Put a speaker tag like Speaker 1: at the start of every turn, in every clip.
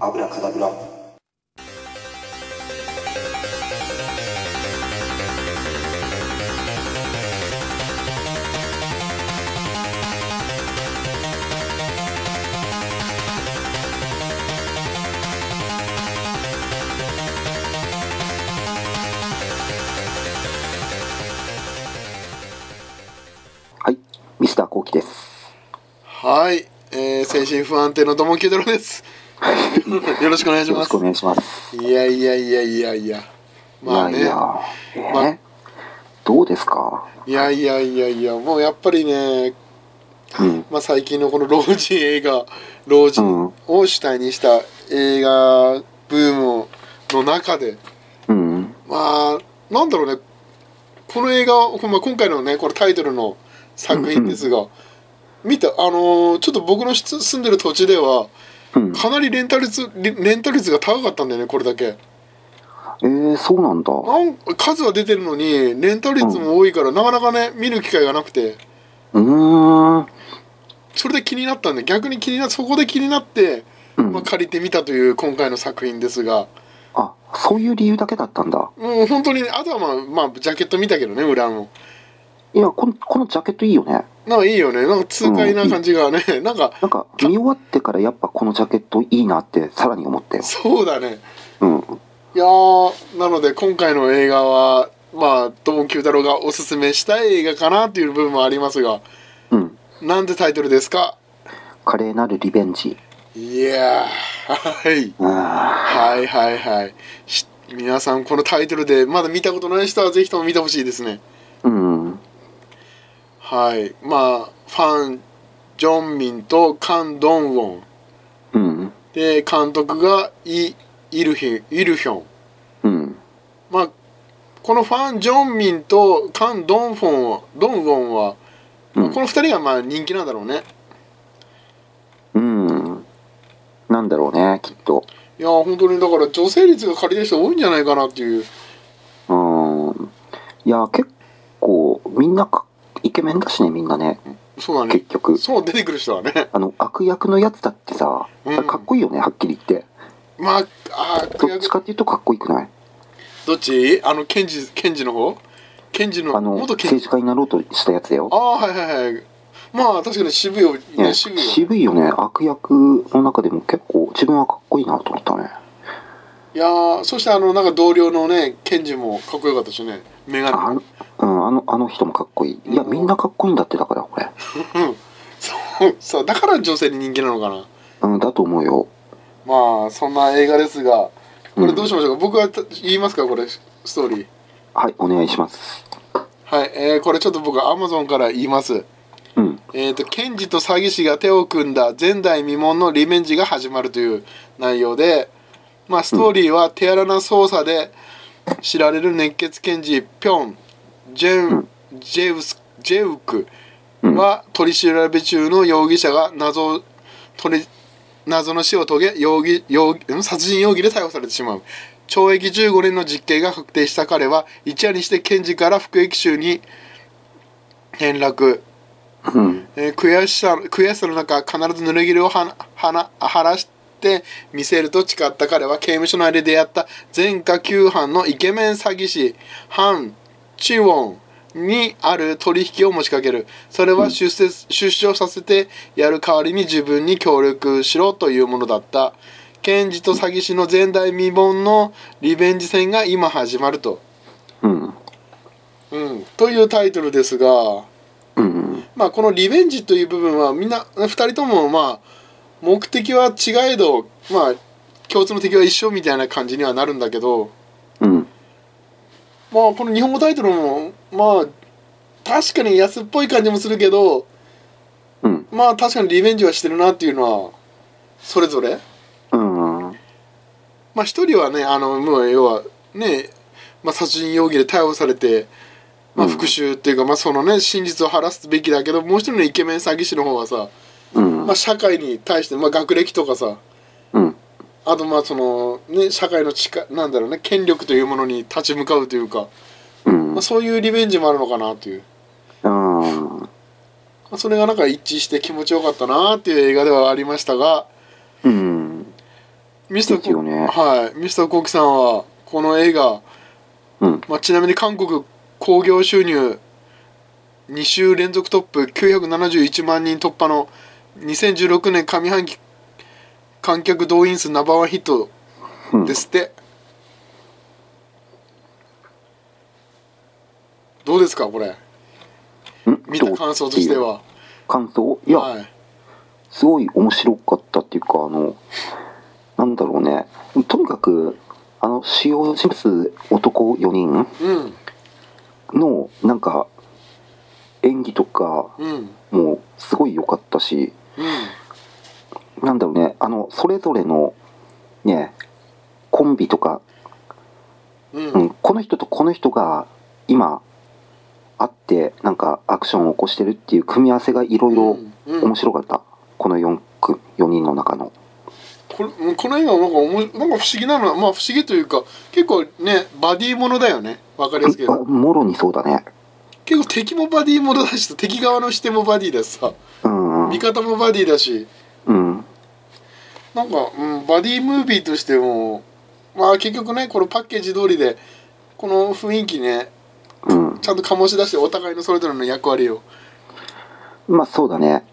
Speaker 1: アブラカダブラはいミスターコウキです
Speaker 2: はい、えー、精神不安定のドモンキュードロです。よろしくお願いし
Speaker 1: よろ
Speaker 2: ま
Speaker 1: しくお
Speaker 2: す。
Speaker 1: 願いします
Speaker 2: いやいやいやいやいや。まあね。
Speaker 1: いやいや、えー
Speaker 2: まあ
Speaker 1: どうですか
Speaker 2: いやいやいやいや、もうやっぱりね、
Speaker 1: うん
Speaker 2: まあ最近のこの老人映画、老
Speaker 1: う
Speaker 2: 人
Speaker 1: ん
Speaker 2: を主体にした映画ブームの中で、
Speaker 1: うん
Speaker 2: まあ、なんだろうね、この映画、まあ、今回のね、このタイトルの作品ですが、見た、あのーちょっと僕の住住んでる土地では、
Speaker 1: うん
Speaker 2: かなりレンタル率レレンタル率が高かったんだよねこれだけ
Speaker 1: えー、そうなんだ
Speaker 2: なん数は出てるのにレンタル率も多いから、なかなかね見る機会がなくて
Speaker 1: うーん
Speaker 2: それで気になったんで逆に気になそこで気になって、
Speaker 1: うん
Speaker 2: まあ、借りてみたという今回の作品ですが
Speaker 1: あそういう理由だけだったんだ
Speaker 2: もう本当にあとはまあ、まあ、ジャケット見たけどね裏も
Speaker 1: いやこのこのジャケットいいよね
Speaker 2: なんかいいよねなんか痛快な感じがね、なんか
Speaker 1: なんか見終わってからやっぱこのジャケットいいなってさらに思ったよ
Speaker 2: そうだね
Speaker 1: うん
Speaker 2: いやーなので今回の映画はまあドモン九太郎がおすすめしたい映画かなという部分もありますが
Speaker 1: うん
Speaker 2: なんてタイトルですか
Speaker 1: 華麗なるリベンジ
Speaker 2: いやーはい
Speaker 1: あ
Speaker 2: はいはいはいし皆さんこのタイトルでまだ見たことない人はぜひとも見てほしいですね
Speaker 1: ーうん
Speaker 2: はいまあファン・ジョンミンとカン・ドンウォン
Speaker 1: うん
Speaker 2: で監督がイ・イルヒイルヒョン
Speaker 1: うん
Speaker 2: まあこのファン・ジョンミンとカン・ドンフォンはドンウォンは、まあ
Speaker 1: うん
Speaker 2: この2人がまあ人気なんだろうね
Speaker 1: うんなんだろうねきっと
Speaker 2: いやー本当にだから女性率が借りてる人多いんじゃないかなっていう
Speaker 1: うんいや結構みんなかイケメンだしねみんなね
Speaker 2: そうだね
Speaker 1: 結局
Speaker 2: そう出てくる人はね
Speaker 1: あの悪役のやつだってさ、
Speaker 2: うん
Speaker 1: かっこいいよねはっきり言って
Speaker 2: まあ、あー
Speaker 1: どっちかっていうとかっこよくない
Speaker 2: どっちあの、検事、検事の方検事の、
Speaker 1: あの
Speaker 2: 元
Speaker 1: 政
Speaker 2: 検事。
Speaker 1: 治家になろうとしたやつだよ
Speaker 2: ああ、はいはいはい。まあ、確かに渋いよ、ね、
Speaker 1: ね、
Speaker 2: 渋いよ。
Speaker 1: 渋いよね悪役の中でも結構自分はかっこいいなと思ったね
Speaker 2: いやー、そしてあの、なんか同僚のね、検事もかっこよかったしね。メガネ。
Speaker 1: あの,、うん、あのあの人もかっこいいいや
Speaker 2: うん
Speaker 1: みんなかっこいいんだってだからこれ、
Speaker 2: うん。そう、そう、だから女性に人気なのかな。
Speaker 1: うん、だと思うよ
Speaker 2: まあ、そんな映画ですが、こ
Speaker 1: う
Speaker 2: れ
Speaker 1: ん
Speaker 2: どうしましょうか、僕はた言いますか、これ、ストーリー。
Speaker 1: はいお願いします
Speaker 2: はい、えー、これちょっと僕、アマゾンから言います。
Speaker 1: うん
Speaker 2: えー、と検事と詐欺師が手を組んだ前代未聞のリベンジが始まるという内容で、まあ、ストーリーは手荒な捜査で知られる熱血検事ピョンジェンジェウスジェウクは取り調べ中の容疑者が謎を取り謎の死を遂げ容疑容疑ん殺人容疑で逮捕されてしまう懲役15年の実刑が確定した彼は一夜にして検事から服役囚に転落
Speaker 1: うん
Speaker 2: えー悔しさ悔しさの中必ず濡れ衣をはなはな晴らして見せると誓った彼は刑務所内で出会った前科旧犯のイケメン詐欺師ハン・チウォンにある取引を持ちかけるそれは出世、出所させてやる代わりに自分に協力しろというものだった検事と詐欺師の前代未聞のリベンジ戦が今始まると、
Speaker 1: うん
Speaker 2: うん、というタイトルですが
Speaker 1: うん
Speaker 2: まあ、このリベンジという部分はみんな2人ともまあ目的は違えどまあ共通の敵は一緒みたいな感じにはなるんだけど
Speaker 1: うん
Speaker 2: まあこの日本語タイトルもまあ確かに安っぽい感じもするけど
Speaker 1: うん
Speaker 2: まあ確かにリベンジはしてるなっていうのはそれぞれ
Speaker 1: うん
Speaker 2: まあ一人はねあのもう要はね、まあ、殺人容疑で逮捕されて、まあ、
Speaker 1: うん
Speaker 2: 復讐っていうか、まあそのね真実を晴らすべきだけどもう一人のイケメン詐欺師の方はさ
Speaker 1: うん
Speaker 2: まあ、社会に対して、まあ、学歴とかさ
Speaker 1: うん
Speaker 2: あとまあその、ね、社会の力なんだろうね権力というものに立ち向かうというか、
Speaker 1: うん
Speaker 2: まあ、そういうリベンジもあるのかなという、
Speaker 1: うん
Speaker 2: まあ、それがなんか一致して気持ちよかったなっていう映画ではありましたが
Speaker 1: うん
Speaker 2: ミスター
Speaker 1: ですよ
Speaker 2: コ、
Speaker 1: ね
Speaker 2: はい、ミスターコキさんはこの映画、
Speaker 1: うん
Speaker 2: まあ、ちなみに韓国興行収入2週連続トップ971万人突破の2016年上半期観客動員数ナンバーワンヒット
Speaker 1: うん
Speaker 2: ですって、どうですかこれ
Speaker 1: うん
Speaker 2: 見た感想としては
Speaker 1: 感想いや、
Speaker 2: はい、
Speaker 1: すごい面白かったっていうかあのなんだろうねとにかくあの主要人物男4人
Speaker 2: うん
Speaker 1: のなんか演技とか
Speaker 2: うんうん
Speaker 1: もうすごい良かったしなんだろうねあのそれぞれのねコンビとか、
Speaker 2: うん
Speaker 1: うん、この人とこの人が今会ってなんかアクションを起こしてるっていう組み合わせがいろいろ
Speaker 2: うん
Speaker 1: 面白かった、この 4, く4人の中の
Speaker 2: これうんこの映画はなんかおもなんか不思議なのはまあ不思議というか結構ねバディものだよねわかりやすく言
Speaker 1: あ
Speaker 2: うと
Speaker 1: もろにそうだね
Speaker 2: 結構敵もバディものだし敵側の視点もバディだしさ
Speaker 1: うん
Speaker 2: 味方もバディだし
Speaker 1: うん
Speaker 2: なんか、うん、バディムービーとしてもまあ結局ねこのパッケージ通りでこの雰囲気ね
Speaker 1: うん
Speaker 2: ちゃんと醸し出してお互いのそれぞれの役割を、
Speaker 1: まあそうだね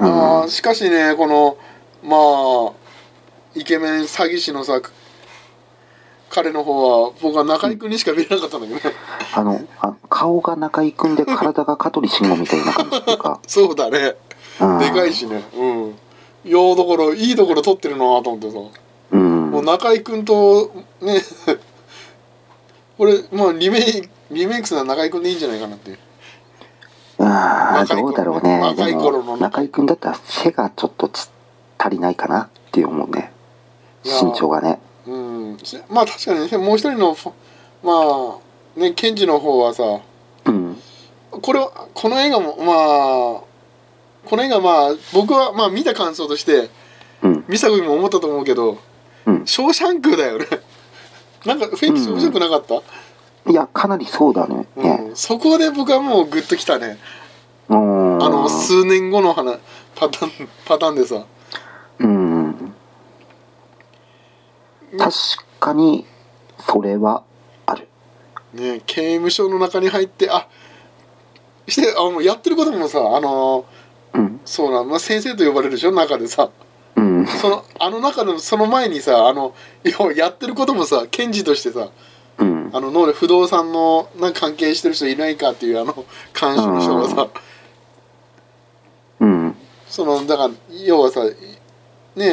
Speaker 1: うん
Speaker 2: あーしかしねこのまあイケメン詐欺師のさ彼の方は僕は中居君にしか見れなかったんだけどね
Speaker 1: あのあ顔が中居君で体が香取慎吾みたいな感じっていうか
Speaker 2: そうだね
Speaker 1: うん
Speaker 2: でかいしねうんいやだからいいところ取ってるなと思ってさ、
Speaker 1: うん
Speaker 2: もう中居君とね これまあリメイクリメイクするのは中居君でいいんじゃないかなっていう
Speaker 1: ああ
Speaker 2: 若い
Speaker 1: ど
Speaker 2: 頃
Speaker 1: うだろうね
Speaker 2: 若い頃の
Speaker 1: でも中居君だったら背がちょっとつ足りないかなって思うね
Speaker 2: いやー
Speaker 1: 身長がね
Speaker 2: うんしまあ確かにねもう一人のフォまあねケンジの方はさ
Speaker 1: うん
Speaker 2: これはこの映画もまあこの映画まあ僕はまあ見た感想として
Speaker 1: うん
Speaker 2: 美佐子にも思ったと思うけど
Speaker 1: うん
Speaker 2: 「ショーシャンク」だよね なんか雰囲気面白くなかった、
Speaker 1: いやかなりそうだねね
Speaker 2: うん、そこで僕はもうグッときたね
Speaker 1: うん
Speaker 2: あの数年後の話パターンパターンでさ
Speaker 1: うん確かにそれはある
Speaker 2: ね刑務所の中に入ってあしてあのやってることもさあの
Speaker 1: うん
Speaker 2: そうなん、まあ、先生と呼ばれるでしょ中でさ
Speaker 1: うん
Speaker 2: そのあの中のその前にさあの要はやってることもさ検事としてさ
Speaker 1: うん
Speaker 2: あの能力不動産のなんか関係してる人いないかっていうあの監視の人がさ
Speaker 1: うん
Speaker 2: そのだから要はさね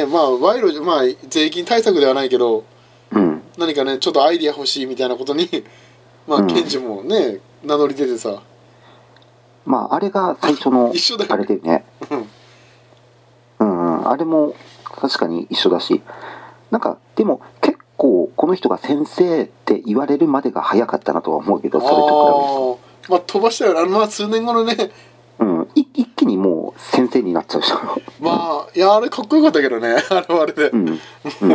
Speaker 2: えまあ賄賂じゃまあ税金対策ではないけど
Speaker 1: うん
Speaker 2: 何かねちょっとアイディア欲しいみたいなことにまあ
Speaker 1: うん
Speaker 2: 検事もね名乗り出てさ
Speaker 1: まああれが最初の
Speaker 2: 一緒だよね
Speaker 1: あれだよね
Speaker 2: うん
Speaker 1: うんうんあれも確かに一緒だしなんかでも結構この人が先生って言われるまでが早かったなとは思うけ
Speaker 2: あ
Speaker 1: どそれと
Speaker 2: ーまあ飛ばしたよねあのまあ数年後のね
Speaker 1: 比べると、うん、い一気にもう先生になっちゃうじゃん
Speaker 2: まあいやあれかっこよかったけどね あれはあれで、
Speaker 1: うんうん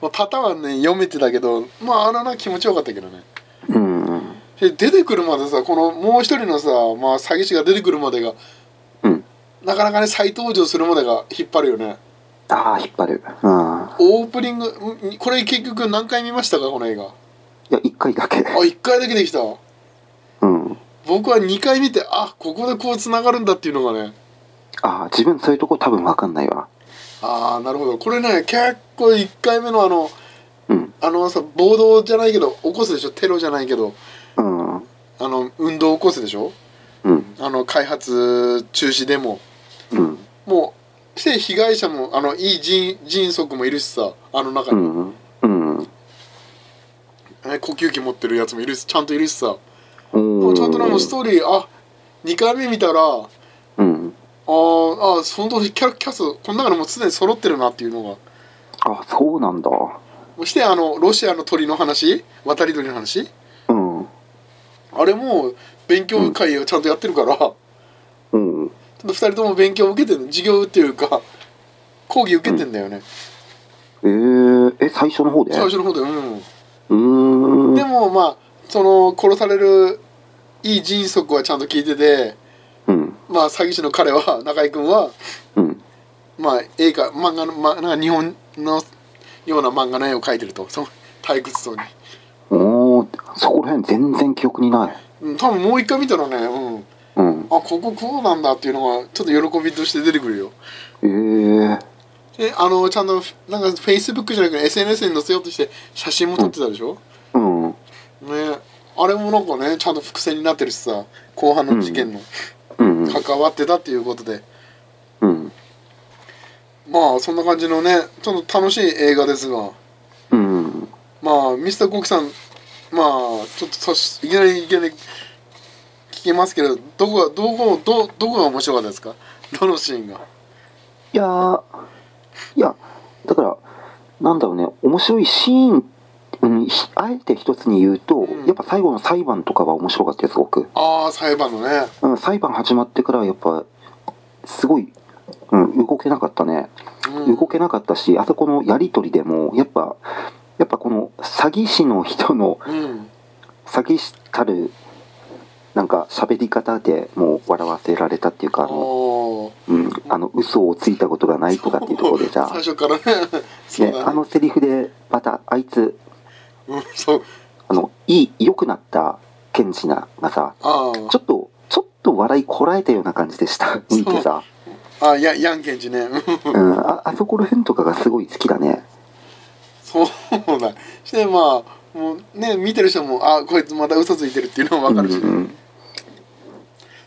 Speaker 2: まあ、パターンはね読めてたけどまああれは気持ちよかったけどね
Speaker 1: うん
Speaker 2: で出てくるまでさこのもう一人のさ、まあ、詐欺師が出てくるまでが
Speaker 1: うん
Speaker 2: なかなかね再登場するまでが引っ張るよね
Speaker 1: ああ引っ張るうん
Speaker 2: オープニングんこれ結局何回見ましたかこの映画あ
Speaker 1: いや一回だけ
Speaker 2: 1回だけできた
Speaker 1: うん
Speaker 2: 僕は2回見てあここでこうつながるんだっていうのがね
Speaker 1: ああ自分そういうとこ多分分かんないわ
Speaker 2: ああなるほどこれね結構1回目のあの
Speaker 1: うん
Speaker 2: あのさ暴動じゃないけど起こすでしょテロじゃないけど
Speaker 1: うん
Speaker 2: あの運動を起こすでしょ
Speaker 1: うん
Speaker 2: あの開発中止でも
Speaker 1: うん
Speaker 2: もうして被害者もあのいい人人足もいるしさあの中
Speaker 1: う
Speaker 2: に、
Speaker 1: んうん
Speaker 2: ね呼吸器持ってるやつもいるしちゃんといるしさ
Speaker 1: おー
Speaker 2: ちゃんとなんかストーリーあ2回目見たらあ
Speaker 1: うん
Speaker 2: ーあその時キャラキャスこの中でもうすでに揃ってるなっていうのが
Speaker 1: あそうなんだ
Speaker 2: そしてあのロシアの鳥の話渡り鳥の話
Speaker 1: うん
Speaker 2: あれも勉強会をちゃんとやってるから、ちょ
Speaker 1: うん
Speaker 2: っと2人とも勉強を受けてる授業っていうか講義受けてんだよね、
Speaker 1: えー、え最初の方で
Speaker 2: 最初の方でうん
Speaker 1: うーん
Speaker 2: でもまあその殺されるいい人足はちゃんと聞いてて
Speaker 1: うん
Speaker 2: まあ詐欺師の彼は中居君は
Speaker 1: うん
Speaker 2: まあ映画漫画の、まあ、なんか日本のような漫画の絵を描いてるとその退屈そうに
Speaker 1: おおそこら辺全然記憶にない
Speaker 2: うん多分もう一回見たらね、うん、
Speaker 1: うん
Speaker 2: あこここうなんだっていうのがちょっと喜びとして出てくるよ
Speaker 1: ええ
Speaker 2: であのちゃんとなんかフェイスブックじゃなくて SNS に載せようとして写真も撮ってたでしょ、
Speaker 1: うん
Speaker 2: ねあれもなんかねちゃんと伏線になってるしさ後半の事件の
Speaker 1: うんうん
Speaker 2: 関わってたっていうことで、
Speaker 1: うん
Speaker 2: まあそんな感じのねちょっと楽しい映画ですが
Speaker 1: うん
Speaker 2: まあミスターコキさんまあちょっとさしいきなりいきなり聞けますけどどこがどこどどこが面白かったですかどのシーンが
Speaker 1: いやーいやだからなんだろうね面白いシーン、うん、ひあえて一つに言うと、
Speaker 2: うん
Speaker 1: やっぱ最後の裁判とかは面白かったよすごく、
Speaker 2: ああ裁判のね
Speaker 1: うん、裁判始まってからやっぱすごい、うん、動けなかったね
Speaker 2: うん
Speaker 1: 動けなかったしあそこのやり取りでもやっぱやっぱこの詐欺師の人の
Speaker 2: うん
Speaker 1: 詐欺師たるなんか喋り方でもう笑わせられたっていうかあの、
Speaker 2: おー
Speaker 1: うん、あの嘘をついたことがないとかっていうところで さ
Speaker 2: 最初からねそう
Speaker 1: ね、
Speaker 2: だ
Speaker 1: あ
Speaker 2: ね
Speaker 1: のセリフでまたあいつ
Speaker 2: うんそう
Speaker 1: あのいい良くなった検事ながさ
Speaker 2: あ
Speaker 1: ちょっとちょっと笑いこらえたような感じでした見てさ、
Speaker 2: ああやヤンケンジねうん
Speaker 1: うん、ああそこら辺とかがすごい好きだね
Speaker 2: そうだしてまあもうね見てる人もあこいつまた嘘ついてるっていうのも分かるし、
Speaker 1: うんうん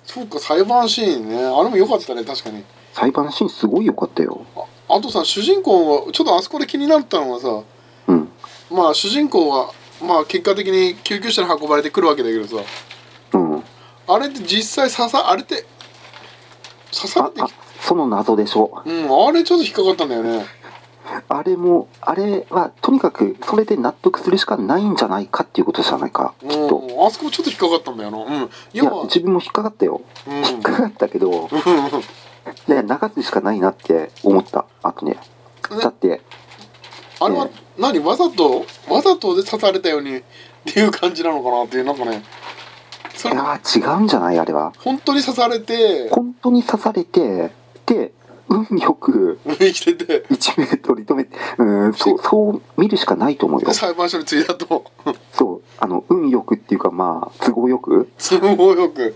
Speaker 2: そうか裁判シーンねあれも良かったね確かに
Speaker 1: 裁判シーンすごい良かったよ
Speaker 2: ああとさ主人公はちょっとあそこで気になったのはさ
Speaker 1: うん
Speaker 2: まあ主人公はまあ結果的に救急車に運ばれてくるわけだけどさ
Speaker 1: うん
Speaker 2: あれって実際刺さあれって刺さ
Speaker 1: あ
Speaker 2: れて
Speaker 1: あ
Speaker 2: き
Speaker 1: その謎でしょ
Speaker 2: うんあれちょっと引っかかったんだよね
Speaker 1: あれもあれはとにかくそれで納得するしかないんじゃないかっていうことじゃないかきっと
Speaker 2: うんあそこちょっと引っかかったんだよなうん
Speaker 1: いや
Speaker 2: 要は
Speaker 1: 自分も引っかかったよ
Speaker 2: うん
Speaker 1: 引っかかったけど
Speaker 2: うんうん
Speaker 1: いや流すしかないなって思ったあとねだって
Speaker 2: あれは何わざとわざとで刺されたようにっていう感じなのかなっていうなんかねそ
Speaker 1: い
Speaker 2: れ
Speaker 1: やー違うんじゃないあれは
Speaker 2: 本当に刺されて
Speaker 1: 本当に刺されてで運よく
Speaker 2: 生きてて
Speaker 1: 1メートル止めてうんそうそう見るしかないと思うよ
Speaker 2: 裁判所に着いたと
Speaker 1: そうあの運よくっていうかまあ都合よく
Speaker 2: すごいよく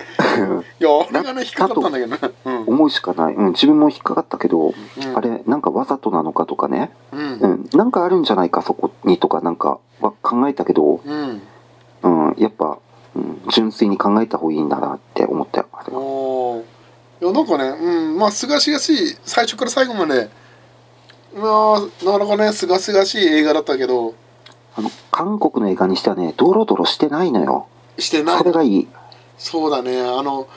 Speaker 2: いやあれがね引っかかったんだけどねうん
Speaker 1: 思うしかない、うん、自分も引っかかったけど、
Speaker 2: うん
Speaker 1: あれなんかわざとなのかとかね、
Speaker 2: うん
Speaker 1: う、ん、なんかあるんじゃないかそこにとかなんかは考えたけど、
Speaker 2: うん、
Speaker 1: うん、やっぱ、うん、純粋に考えた方がいいんだなって思ったよあれは
Speaker 2: おーいやなんかねうんまあすがしがしい最初から最後までまあなかなかねすがすがしい映画だったけど
Speaker 1: あの韓国の映画にしてはねドロドロしてないのよ
Speaker 2: してない
Speaker 1: それがいい
Speaker 2: そうだねあの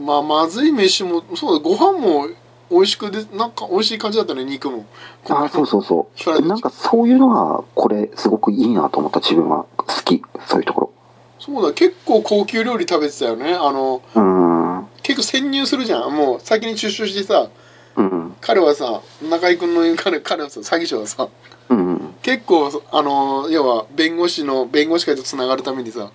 Speaker 2: まあまずい飯もそうだご飯も美味しくでなんか美味しい感じだったね肉も
Speaker 1: あーそうそうそ
Speaker 2: 聞かれ
Speaker 1: う
Speaker 2: て
Speaker 1: なんかそういうのはこれすごくいいなと思った自分は好きそういうとこ
Speaker 2: そうだ結構高級料理食べてたよねあの
Speaker 1: ろうーん
Speaker 2: 結構潜入するじゃんもう先に出所してさ
Speaker 1: うん
Speaker 2: 彼はさ中居君の彼彼はさ詐欺師はさ
Speaker 1: うん
Speaker 2: 結構あの要は弁護士の弁護士会とつながるためにさ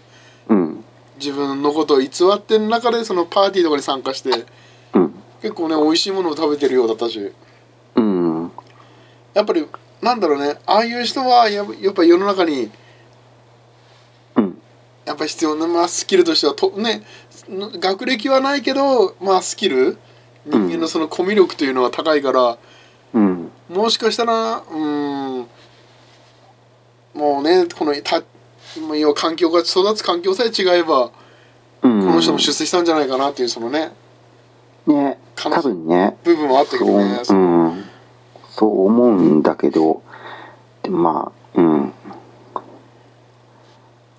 Speaker 1: うん
Speaker 2: 自分のことを偽ってる中でそのパーティーとかに参加して
Speaker 1: うん
Speaker 2: 結構ね美味しいものを食べてるようだったし
Speaker 1: うん
Speaker 2: やっぱりなんだろうねああいう人はややっぱ世の中に
Speaker 1: うん
Speaker 2: やっぱ必要な、まあ、スキルとしてはとね学歴はないけどまあスキル人間のそのコミュ力というのは高いから、
Speaker 1: うん
Speaker 2: もしかしたらうーんもうねこのたもう要は環境が育つ環境さえ違えば
Speaker 1: こ
Speaker 2: この人も出世したんじゃないかなっていうそのね
Speaker 1: ね
Speaker 2: 悲しい
Speaker 1: 多分ね
Speaker 2: 部分はあったけどね
Speaker 1: そう,、うん、そう思うんだけどでもまあうん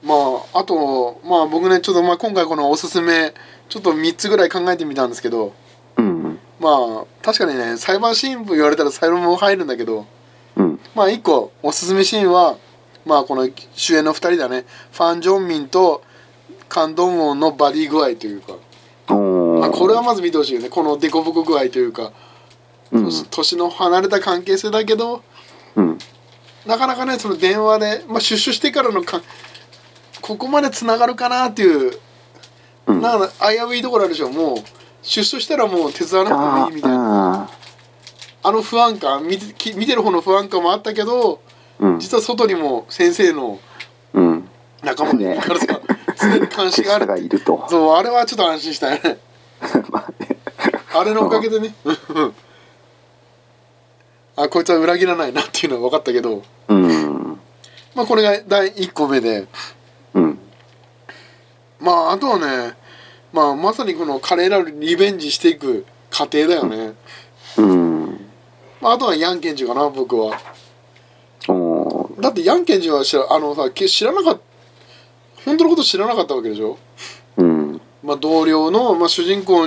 Speaker 2: まああとまあ僕ねちょっとまあ今回このおすすめちょっと3つぐらい考えてみたんですけど
Speaker 1: うん
Speaker 2: まあ確かにね裁判シーン部言われたら裁判も入るんだけど
Speaker 1: うん
Speaker 2: まあ1個おすすめシーンはまあこの主演の2人だねファン・ジョンミンとカン・ドンウォンのバディ具合というか、
Speaker 1: おー
Speaker 2: まあ、これはまず見てほしいよねこの凸凹具合というか、
Speaker 1: うん
Speaker 2: 年の離れた関係性だけど
Speaker 1: うん
Speaker 2: なかなかねその電話で、まあ、出所してからのかここまでつながるかなっていう、
Speaker 1: うん
Speaker 2: なんか危ういところあるでしょもう出所したらもう手伝わなくても
Speaker 1: あ
Speaker 2: いいみたいなあ
Speaker 1: あ
Speaker 2: の不安感見てき見てる方の不安感もあったけど
Speaker 1: うん
Speaker 2: 実は外にも先生の
Speaker 1: うん
Speaker 2: 仲間がいるからさ、常に監視
Speaker 1: 手
Speaker 2: があ
Speaker 1: 下が
Speaker 2: る
Speaker 1: いると
Speaker 2: そうあれはちょっと安心したよね
Speaker 1: まあね
Speaker 2: あれのおかげでね あこいつは裏切らないなっていうのは分かったけど
Speaker 1: うん
Speaker 2: まあこれが第1個目で
Speaker 1: うん
Speaker 2: まああとはね、まあ、まさにこの彼らをリベンジしていく過程だよね、
Speaker 1: うん
Speaker 2: まあ、あとはヤンケンジかな僕は
Speaker 1: おー
Speaker 2: だってヤンケンジは知らあのさけ知らなかった本当のこと知らなかったわけでしょ、
Speaker 1: うん
Speaker 2: まあ、同僚の、まあ、主人公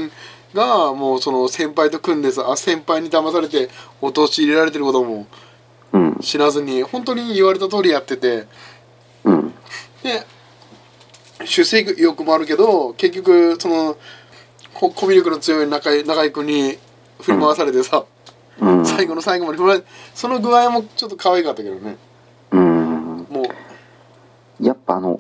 Speaker 2: がもうその先輩と組んでさあ先輩に騙されて陥れられてることも
Speaker 1: うん
Speaker 2: 知らずに本当に言われた通りやってて
Speaker 1: うん
Speaker 2: で出世欲もあるけど結局そのこコミュ力の強い中井中井君に振り回されてさ、
Speaker 1: うん
Speaker 2: 最後の最後まで振り回その具合もちょっと可愛かったけどね
Speaker 1: うん
Speaker 2: もう
Speaker 1: やっぱあの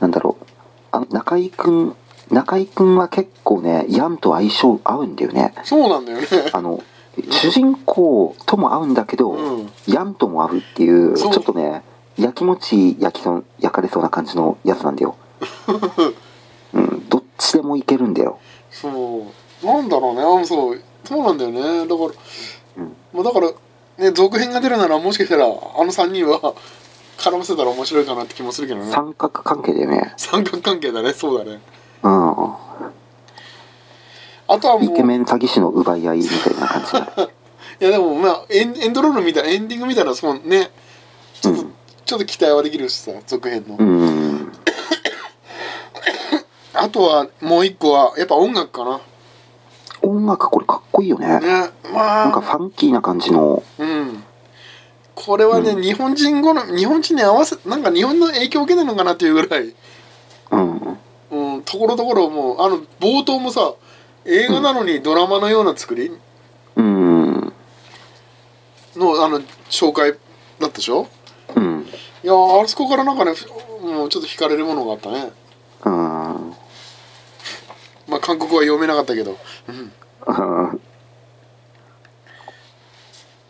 Speaker 1: なんだろうあの中井くん中井くんは結構ねヤンと相性合うんだよね
Speaker 2: そうなんだよね
Speaker 1: あの主人公とも合うんだけど、
Speaker 2: うん
Speaker 1: ヤンとも合うっていうち
Speaker 2: そ
Speaker 1: ょ
Speaker 2: う
Speaker 1: っとねやきもち焼きそう焼かれそうな感じのやつなんだよ、うん、どっちでもいけるんだよ
Speaker 2: そうなんだろうねあそうそうなんだよねだから、
Speaker 1: うん
Speaker 2: まあ、だからね続編が出るならもしかしたらあの3人は絡ませたら面白いかなって気もするけどね
Speaker 1: 三角関係だよね
Speaker 2: 三角関係だねそうだね
Speaker 1: う
Speaker 2: あとは
Speaker 1: んイ
Speaker 2: もう
Speaker 1: ケメン詐欺師の奪い合いみたいな感じになる
Speaker 2: いやでもまあエンエンドロールみたいエンディングみたいなそうねちょっと、
Speaker 1: うん
Speaker 2: ちょっと期待はできるしさ続編の、
Speaker 1: うん
Speaker 2: あとはもう一個はやっぱ音楽かな
Speaker 1: 音楽これかっこいいよね
Speaker 2: ね
Speaker 1: なん
Speaker 2: ま
Speaker 1: か
Speaker 2: あ
Speaker 1: ファンキーな感じの
Speaker 2: うんこれはね、日本人好み日本人に合わせなんか日本の影響を受けたのかなっていうぐらい
Speaker 1: うん
Speaker 2: うんところどころもうあの冒頭もさ映画なのにドラマのような作り
Speaker 1: うん
Speaker 2: のあの紹介だったでしょ
Speaker 1: うん
Speaker 2: いやーあそこからなんかねふもうちょっと惹かれるものがあったね
Speaker 1: うん
Speaker 2: まあ韓国は読めなかったけどうん
Speaker 1: うん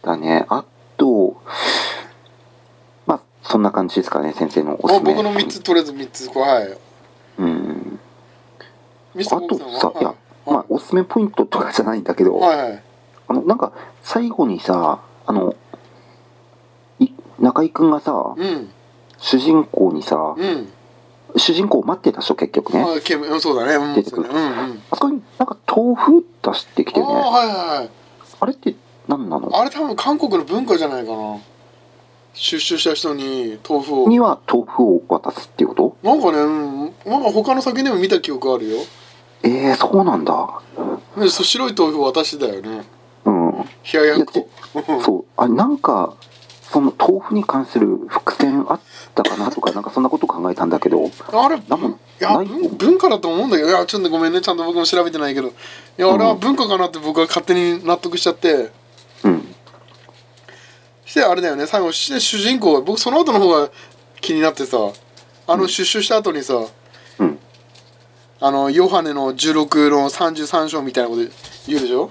Speaker 1: だね。あと、まあ、そんな感じですかね、先生のおす
Speaker 2: あ
Speaker 1: すめ。
Speaker 2: 僕の3つとりあえず3つこうはい
Speaker 1: うん。
Speaker 2: ミス
Speaker 1: あ
Speaker 2: ターボ
Speaker 1: と
Speaker 2: ブさ
Speaker 1: さ、
Speaker 2: ん
Speaker 1: いや
Speaker 2: は、
Speaker 1: まあ、おすすめポイントとかじゃないんだけど、
Speaker 2: はいはいはい
Speaker 1: あの、なんか、最後にさ、あの、い中居くんがさ、
Speaker 2: うん
Speaker 1: 主人公にさ、
Speaker 2: うん
Speaker 1: 主人公を待ってたでしょ、結局ね。
Speaker 2: あケメンうんそうだねうん
Speaker 1: 出てくる
Speaker 2: そうだねうんうん
Speaker 1: あそこになんか豆腐出してき
Speaker 2: あ
Speaker 1: て
Speaker 2: ー
Speaker 1: ね。あ
Speaker 2: はいはいはい
Speaker 1: れって何なの
Speaker 2: あれ多分韓国の文化じゃないかな出所した人に豆腐を
Speaker 1: には豆腐を渡すっていうこと
Speaker 2: なんかね、うん、なんか他の作品でも見た記憶あるよ
Speaker 1: ええー、そうなんだ。
Speaker 2: でそ白い豆腐を渡してたよね
Speaker 1: うん。
Speaker 2: 冷ややっこ
Speaker 1: そうあなんかその豆腐に関する伏線あったかなとかなんかそんなこと考えたんだけど
Speaker 2: あれい
Speaker 1: なんも
Speaker 2: や
Speaker 1: ない
Speaker 2: 文文化だと思うんだけどいやちょっとごめんねちゃんと僕も調べてないけどいやあれは文化かなって僕は勝手に納得しちゃって
Speaker 1: うん
Speaker 2: してあれだよね最後して主人公が僕その後の方が気になってさあの出所した後にさ、
Speaker 1: うん
Speaker 2: あのヨハネの16の33章みたいなこと言うでしょ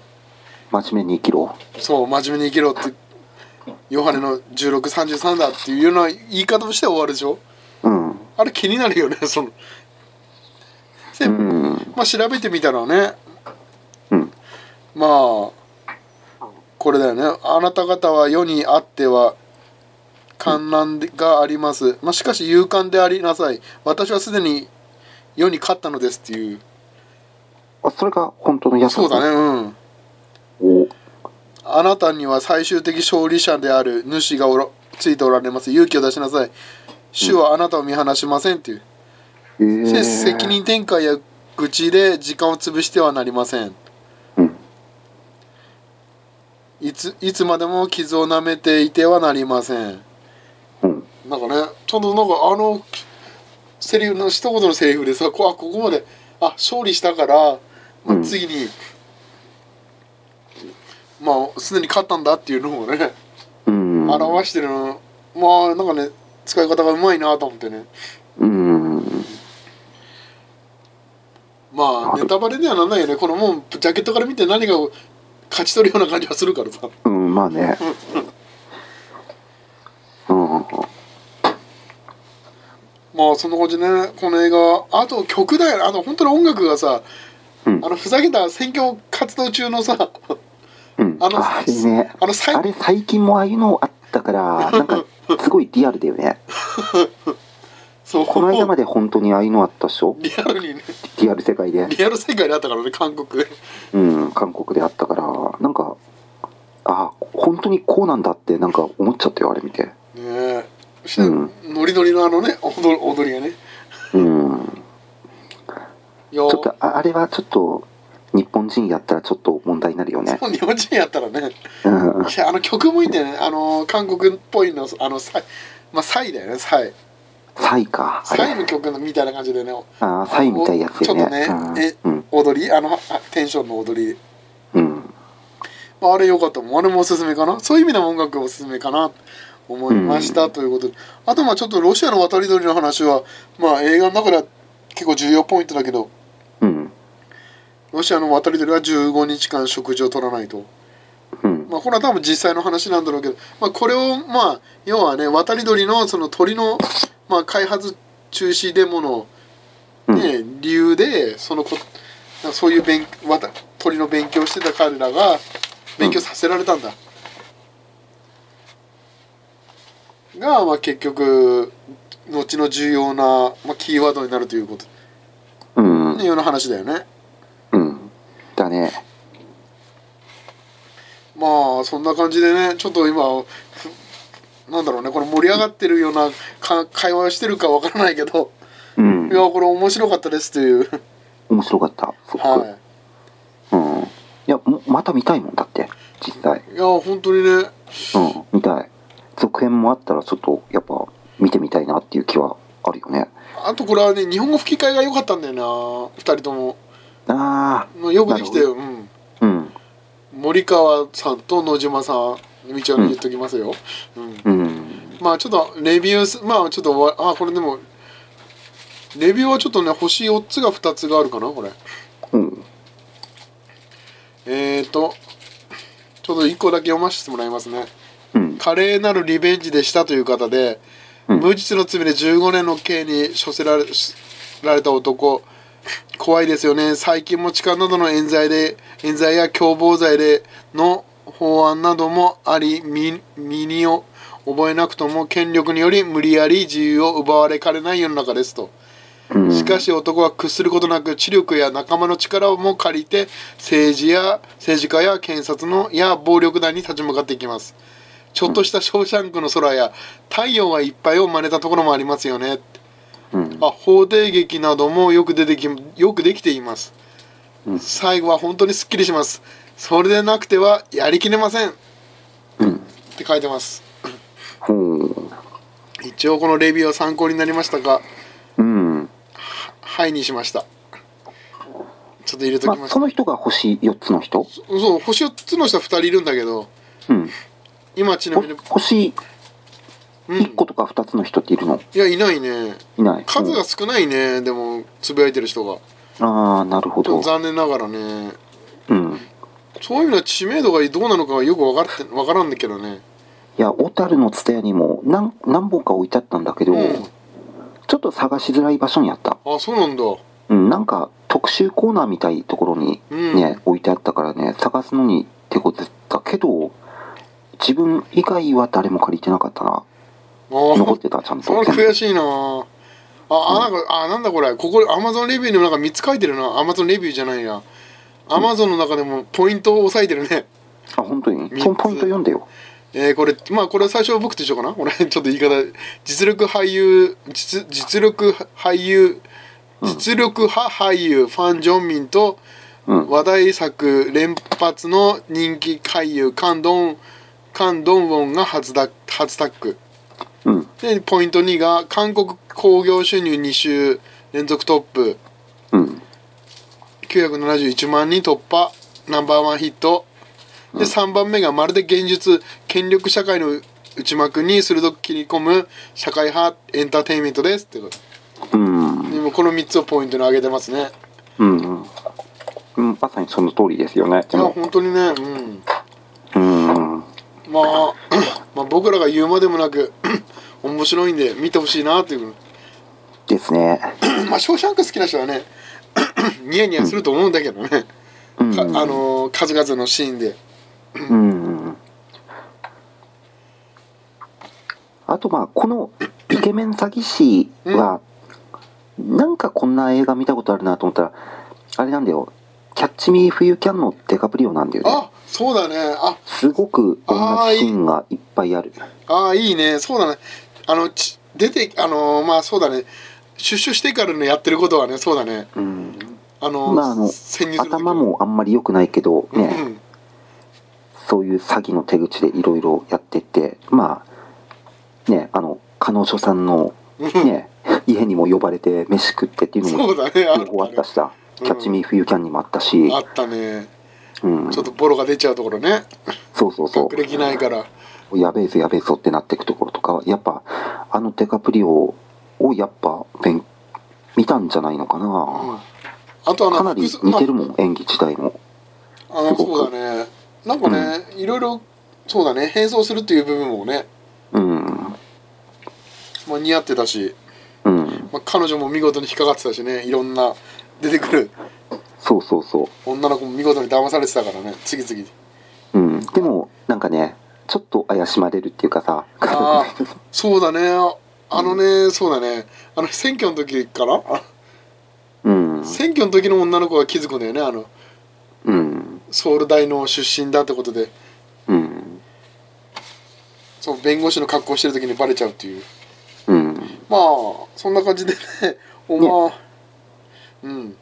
Speaker 1: 真面目に生きろ
Speaker 2: そう真面目に生きろってヨハネの1633だっていうような言い方をして終わるでしょ
Speaker 1: うん
Speaker 2: あれ気になるよねそので、
Speaker 1: うん
Speaker 2: まあ調べてみたらね
Speaker 1: うん
Speaker 2: まあこれだよねあなた方は世にあっては観覧があります、まあ、しかし勇敢でありなさい私はすでに世に勝ったのですっていう
Speaker 1: あそれが本当のやつ
Speaker 2: そうだねうん
Speaker 1: お
Speaker 2: あなたには最終的勝利者である主がおらついておられます勇気を出しなさい主はあなたを見放しませんっていう、
Speaker 1: ええ
Speaker 2: で責任転換や愚痴で時間を潰してはなりません
Speaker 1: うん
Speaker 2: いついつまでも傷を舐めていてはなりません
Speaker 1: うん
Speaker 2: なんかねちょうどなんかあのセリフの一言のセリフでさこあここまであ勝利したから、ま
Speaker 1: う
Speaker 2: あ、
Speaker 1: ん
Speaker 2: 次に、まあすでに勝ったんだっていうのをね、
Speaker 1: うん
Speaker 2: 表してるのまあなんかね使い方がうまいなと思ってね
Speaker 1: うん
Speaker 2: まあネタバレにはならないよねこのもうジャケットから見て何かを勝ち取るような感じはするからさ
Speaker 1: うんまあねう
Speaker 2: まあそんな感じねこの映画あと曲だよねあの本当に音楽がさ、
Speaker 1: うん
Speaker 2: あのふざけた選挙活動中のさ
Speaker 1: うん、
Speaker 2: あの
Speaker 1: あれね
Speaker 2: あの最
Speaker 1: あれ最近もああいうのあったからなんかすごいリアルだよね
Speaker 2: そう
Speaker 1: この間まで本当にああいうのあったっしょ
Speaker 2: リアルにね
Speaker 1: リアル世界で、
Speaker 2: リアル世界にあったからね韓国で
Speaker 1: うん、韓国であったからなんかああ本当にこうなんだってなんか思っちゃったよあれ見て
Speaker 2: ねえそして、
Speaker 1: うん
Speaker 2: ノリノリのあのね踊る踊りがね
Speaker 1: うん
Speaker 2: い
Speaker 1: ち
Speaker 2: や
Speaker 1: ょっとああれはちょっと日本人やったらちょっと問題になるよね
Speaker 2: もう日本人やったらね
Speaker 1: うん
Speaker 2: いやあの曲もいいんだよねあの韓国っぽいのあのサイまあサイだよねサイ
Speaker 1: サイかあ
Speaker 2: サイ
Speaker 1: れ
Speaker 2: の曲みたいな感じでね
Speaker 1: ああサイみたいやつよね
Speaker 2: ちょっとね
Speaker 1: うんうん
Speaker 2: 踊りあのあテンションの踊り
Speaker 1: うん
Speaker 2: まあ、あれ良かったもんあれもおすすめかなそういう意味でも音楽がおすすめかなと思いました、ということであとまあちょっとロシアの渡り鳥の話はまあ映画の中では結構重要ポイントだけど
Speaker 1: うん
Speaker 2: ロシアの渡り鳥は15日間食事を取らないと
Speaker 1: うん
Speaker 2: まあこれは多分実際の話なんだろうけど、まあ、これをまあ要はね渡り鳥のその鳥のまあ開発中止デモの
Speaker 1: うん
Speaker 2: ね、理由でそのこなんかそういう勉わた鳥の勉強をしてた彼らが勉強させられたんだ、が、まあ、結局後の重要な、まあ、キーワードになるということ
Speaker 1: うん
Speaker 2: いうような話だよね
Speaker 1: うんだね
Speaker 2: まあそんな感じでねちょっと今ふなんだろうねこれ盛り上がってるようなか会話をしてるかわからないけど
Speaker 1: うん
Speaker 2: いやこれ面白かったですという
Speaker 1: 面白かったすごく、
Speaker 2: はい
Speaker 1: うんいやもまた見たいもんだって実際
Speaker 2: いや本当にね
Speaker 1: うん見たい続編もあったらちょっとやっぱ見てみたいなっていう気はあるよね
Speaker 2: あとこれはね日本語吹き替えが良かったんだよな2人とも
Speaker 1: あ
Speaker 2: まあよくできて
Speaker 1: なる
Speaker 2: うん、
Speaker 1: あうん
Speaker 2: 森川さんと野島さんみちおに言っときますよ、うん
Speaker 1: うん
Speaker 2: まあちょっとレビューすまあちょっとわあこれでもレビューはちょっとね星4つが2つがあるかなこれ
Speaker 1: うん
Speaker 2: えーとちょっと1個だけ読ませてもらいますね
Speaker 1: うん
Speaker 2: 華麗なるリベンジでしたという方で、
Speaker 1: うん
Speaker 2: 無実の罪で15年の刑に処せられしられた男怖いですよね最近も痴漢などの冤罪で冤罪や共謀罪での法案などもあり身身に覚えなくとも権力により無理やり自由を奪われかねない世の中ですと。
Speaker 1: うん
Speaker 2: しかし男は屈することなく知力や仲間の力も借りて政治や政治家や検察のや暴力団に立ち向かっていきますちょっとした「ショーシャンクの空」や「太陽はいっぱい」を真似たところもありますよね
Speaker 1: うん
Speaker 2: あ法廷劇などもよく出てきよくできています、
Speaker 1: うん
Speaker 2: 最後は本当にすっきりしますそれでなくてはやりきれませんっ
Speaker 1: うん
Speaker 2: て書いてます
Speaker 1: ほう
Speaker 2: 一応このレビューは参考になりましたが
Speaker 1: うん
Speaker 2: 「はい」にしましたちょっと入れと
Speaker 1: ま
Speaker 2: きま
Speaker 1: あ
Speaker 2: した
Speaker 1: その人が星4つの人
Speaker 2: そう星4つの人は2人いるんだけど
Speaker 1: うん
Speaker 2: 今ちな
Speaker 1: ほ
Speaker 2: みに、
Speaker 1: 星
Speaker 2: うん、
Speaker 1: 1個とか2つの人っているの
Speaker 2: いやいないね
Speaker 1: いない
Speaker 2: 数が少ないねでもつぶやいてる人が
Speaker 1: うんああなるほど
Speaker 2: 残念ながらね
Speaker 1: うん
Speaker 2: そういう意味では知名度がどうなのかはよく分かって分からんだけどね
Speaker 1: いや小樽の蔦屋にも何何本か置いてあったんだけど、
Speaker 2: うん
Speaker 1: ちょっと探しづらい場所にあった、
Speaker 2: あそうなんだ
Speaker 1: うん、なんか特集コーナーみたいなところに
Speaker 2: うん
Speaker 1: ね、置いてあったからね探すのに手こずったけど自分以外は誰も借りてなかったな
Speaker 2: あー
Speaker 1: 残ってたちゃん
Speaker 2: それ
Speaker 1: と
Speaker 2: は悔しいなああなんかあなんだこれここアマゾンレビューの中3つ書いてるなアマゾンレビューじゃないやアマゾンの中でもポイントを押さえてるね
Speaker 1: あ本当に
Speaker 2: 三つ
Speaker 1: そのポイント読んでよ
Speaker 2: えーこれまあこれは最初は僕と一緒かな俺ちょっと言い方実力俳優実実力俳優実力派俳優ファン・ジョンミンと
Speaker 1: うん
Speaker 2: 話題作連発の人気俳優カン・ドンカン・ドンウォンが初だ初タッグ
Speaker 1: うん
Speaker 2: でポイント2が韓国興行収入2週連続トップ
Speaker 1: うん
Speaker 2: 971万人突破ナンバーワンヒットで3番目がまるで現実権力社会の内幕に鋭く切り込む社会派エンターテインメントですってこと
Speaker 1: うん
Speaker 2: でもこの3つをポイントに挙げてますね
Speaker 1: うんうんまさにその通りですよね
Speaker 2: い
Speaker 1: で
Speaker 2: や
Speaker 1: も
Speaker 2: 本当にねう
Speaker 1: う
Speaker 2: ん
Speaker 1: ん
Speaker 2: まあ まあ僕らが言うまでもなく面白いんで見てほしいなっていう
Speaker 1: ですね。
Speaker 2: まあ、ショーシャンク好きな人 はね、ニヤニヤすると思うんだけどね、
Speaker 1: うん。
Speaker 2: かあのー数々のシーンで。
Speaker 1: うん。あとまあこのイケメン詐欺師は、なんかこんな映画見たことあるなと思ったらあれなんだよ「キャッチ・ミー・フユ・キャン」のデカプリオなんだよね
Speaker 2: あそうだね、あ
Speaker 1: すごく同じシーンがいっぱいある
Speaker 2: あー、いいね、そうだね、あのち出て、あのーまあそうだね、出所してからのやってることはね、そうだね、
Speaker 1: うん、
Speaker 2: あのー
Speaker 1: まああの
Speaker 2: 潜入する時
Speaker 1: 頭、もあんまり良くないけど
Speaker 2: うん
Speaker 1: ね、そういう詐欺の手口でいろいろやっててまあねあの彼女さんの
Speaker 2: うん、
Speaker 1: ね家にも呼ばれて飯食ってっていうのも
Speaker 2: そうだね、あ
Speaker 1: 両方あった
Speaker 2: っ
Speaker 1: しさ、
Speaker 2: うん
Speaker 1: キャッチミーフユーキャンにもあったし、
Speaker 2: たあったね、
Speaker 1: うん、
Speaker 2: ちょっとボロが出ちゃうところね、
Speaker 1: そうそうそ
Speaker 2: 学歴ないから、
Speaker 1: う、やべえぞやべえぞってなっていくところとか、やっぱ、あのデカプリオをやっぱ勉、見たんじゃないのか
Speaker 2: うん
Speaker 1: な。
Speaker 2: あとあの
Speaker 1: かなり
Speaker 2: 複数
Speaker 1: 似てるもん、演技自体も。
Speaker 2: あ
Speaker 1: す
Speaker 2: の
Speaker 1: ごく
Speaker 2: そうだねなんかね、いろいろそうだね変装するっていう部分もね、
Speaker 1: うん、
Speaker 2: まあ、似合ってたし、
Speaker 1: うん、
Speaker 2: まあ、彼女も見事に引っかかってたしねいろんな出てくる
Speaker 1: そうそうそ
Speaker 2: 女の子も見事に騙されてたからね次々
Speaker 1: う。うん、でも、なんかね、ちょっと怪しまれるっていうかさ、
Speaker 2: ああそうだねあのね、そうだねあの選挙の時からあ
Speaker 1: うん、
Speaker 2: 選挙の時の女の子が気づくんだよねあの
Speaker 1: うん、
Speaker 2: ソウル大の出身だってことで
Speaker 1: うん、
Speaker 2: そう弁護士の格好してる時にバレちゃうっていう
Speaker 1: うん。
Speaker 2: まあそんな感じでねおまあうん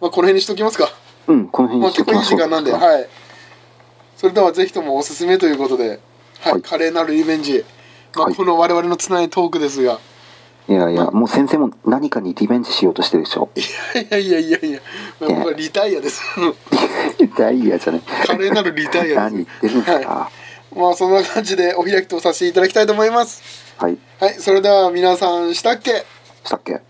Speaker 2: まあこの辺にしときますか
Speaker 1: うん、この辺
Speaker 2: まあ
Speaker 1: にして
Speaker 2: 結
Speaker 1: おき
Speaker 2: 構いい
Speaker 1: ましょう。
Speaker 2: 時間なんではいそれではぜひともおすすめということで、はい
Speaker 1: はい
Speaker 2: 華麗なるリベンジ、まあ、
Speaker 1: はい
Speaker 2: この我々のつないトークですが、
Speaker 1: いやいや、もう先生も何かにリベンジしようとしてるでしょ。
Speaker 2: い、やいやいやいや、まあ、僕はリタイアです
Speaker 1: ダイヤじゃない。
Speaker 2: 華麗なるリタイア
Speaker 1: 何言
Speaker 2: で
Speaker 1: ってるんですか。
Speaker 2: すまあそんな感じでお開きとさせていただきたいと思います
Speaker 1: はい。
Speaker 2: はいそれでは皆さんしたっけ
Speaker 1: したっけ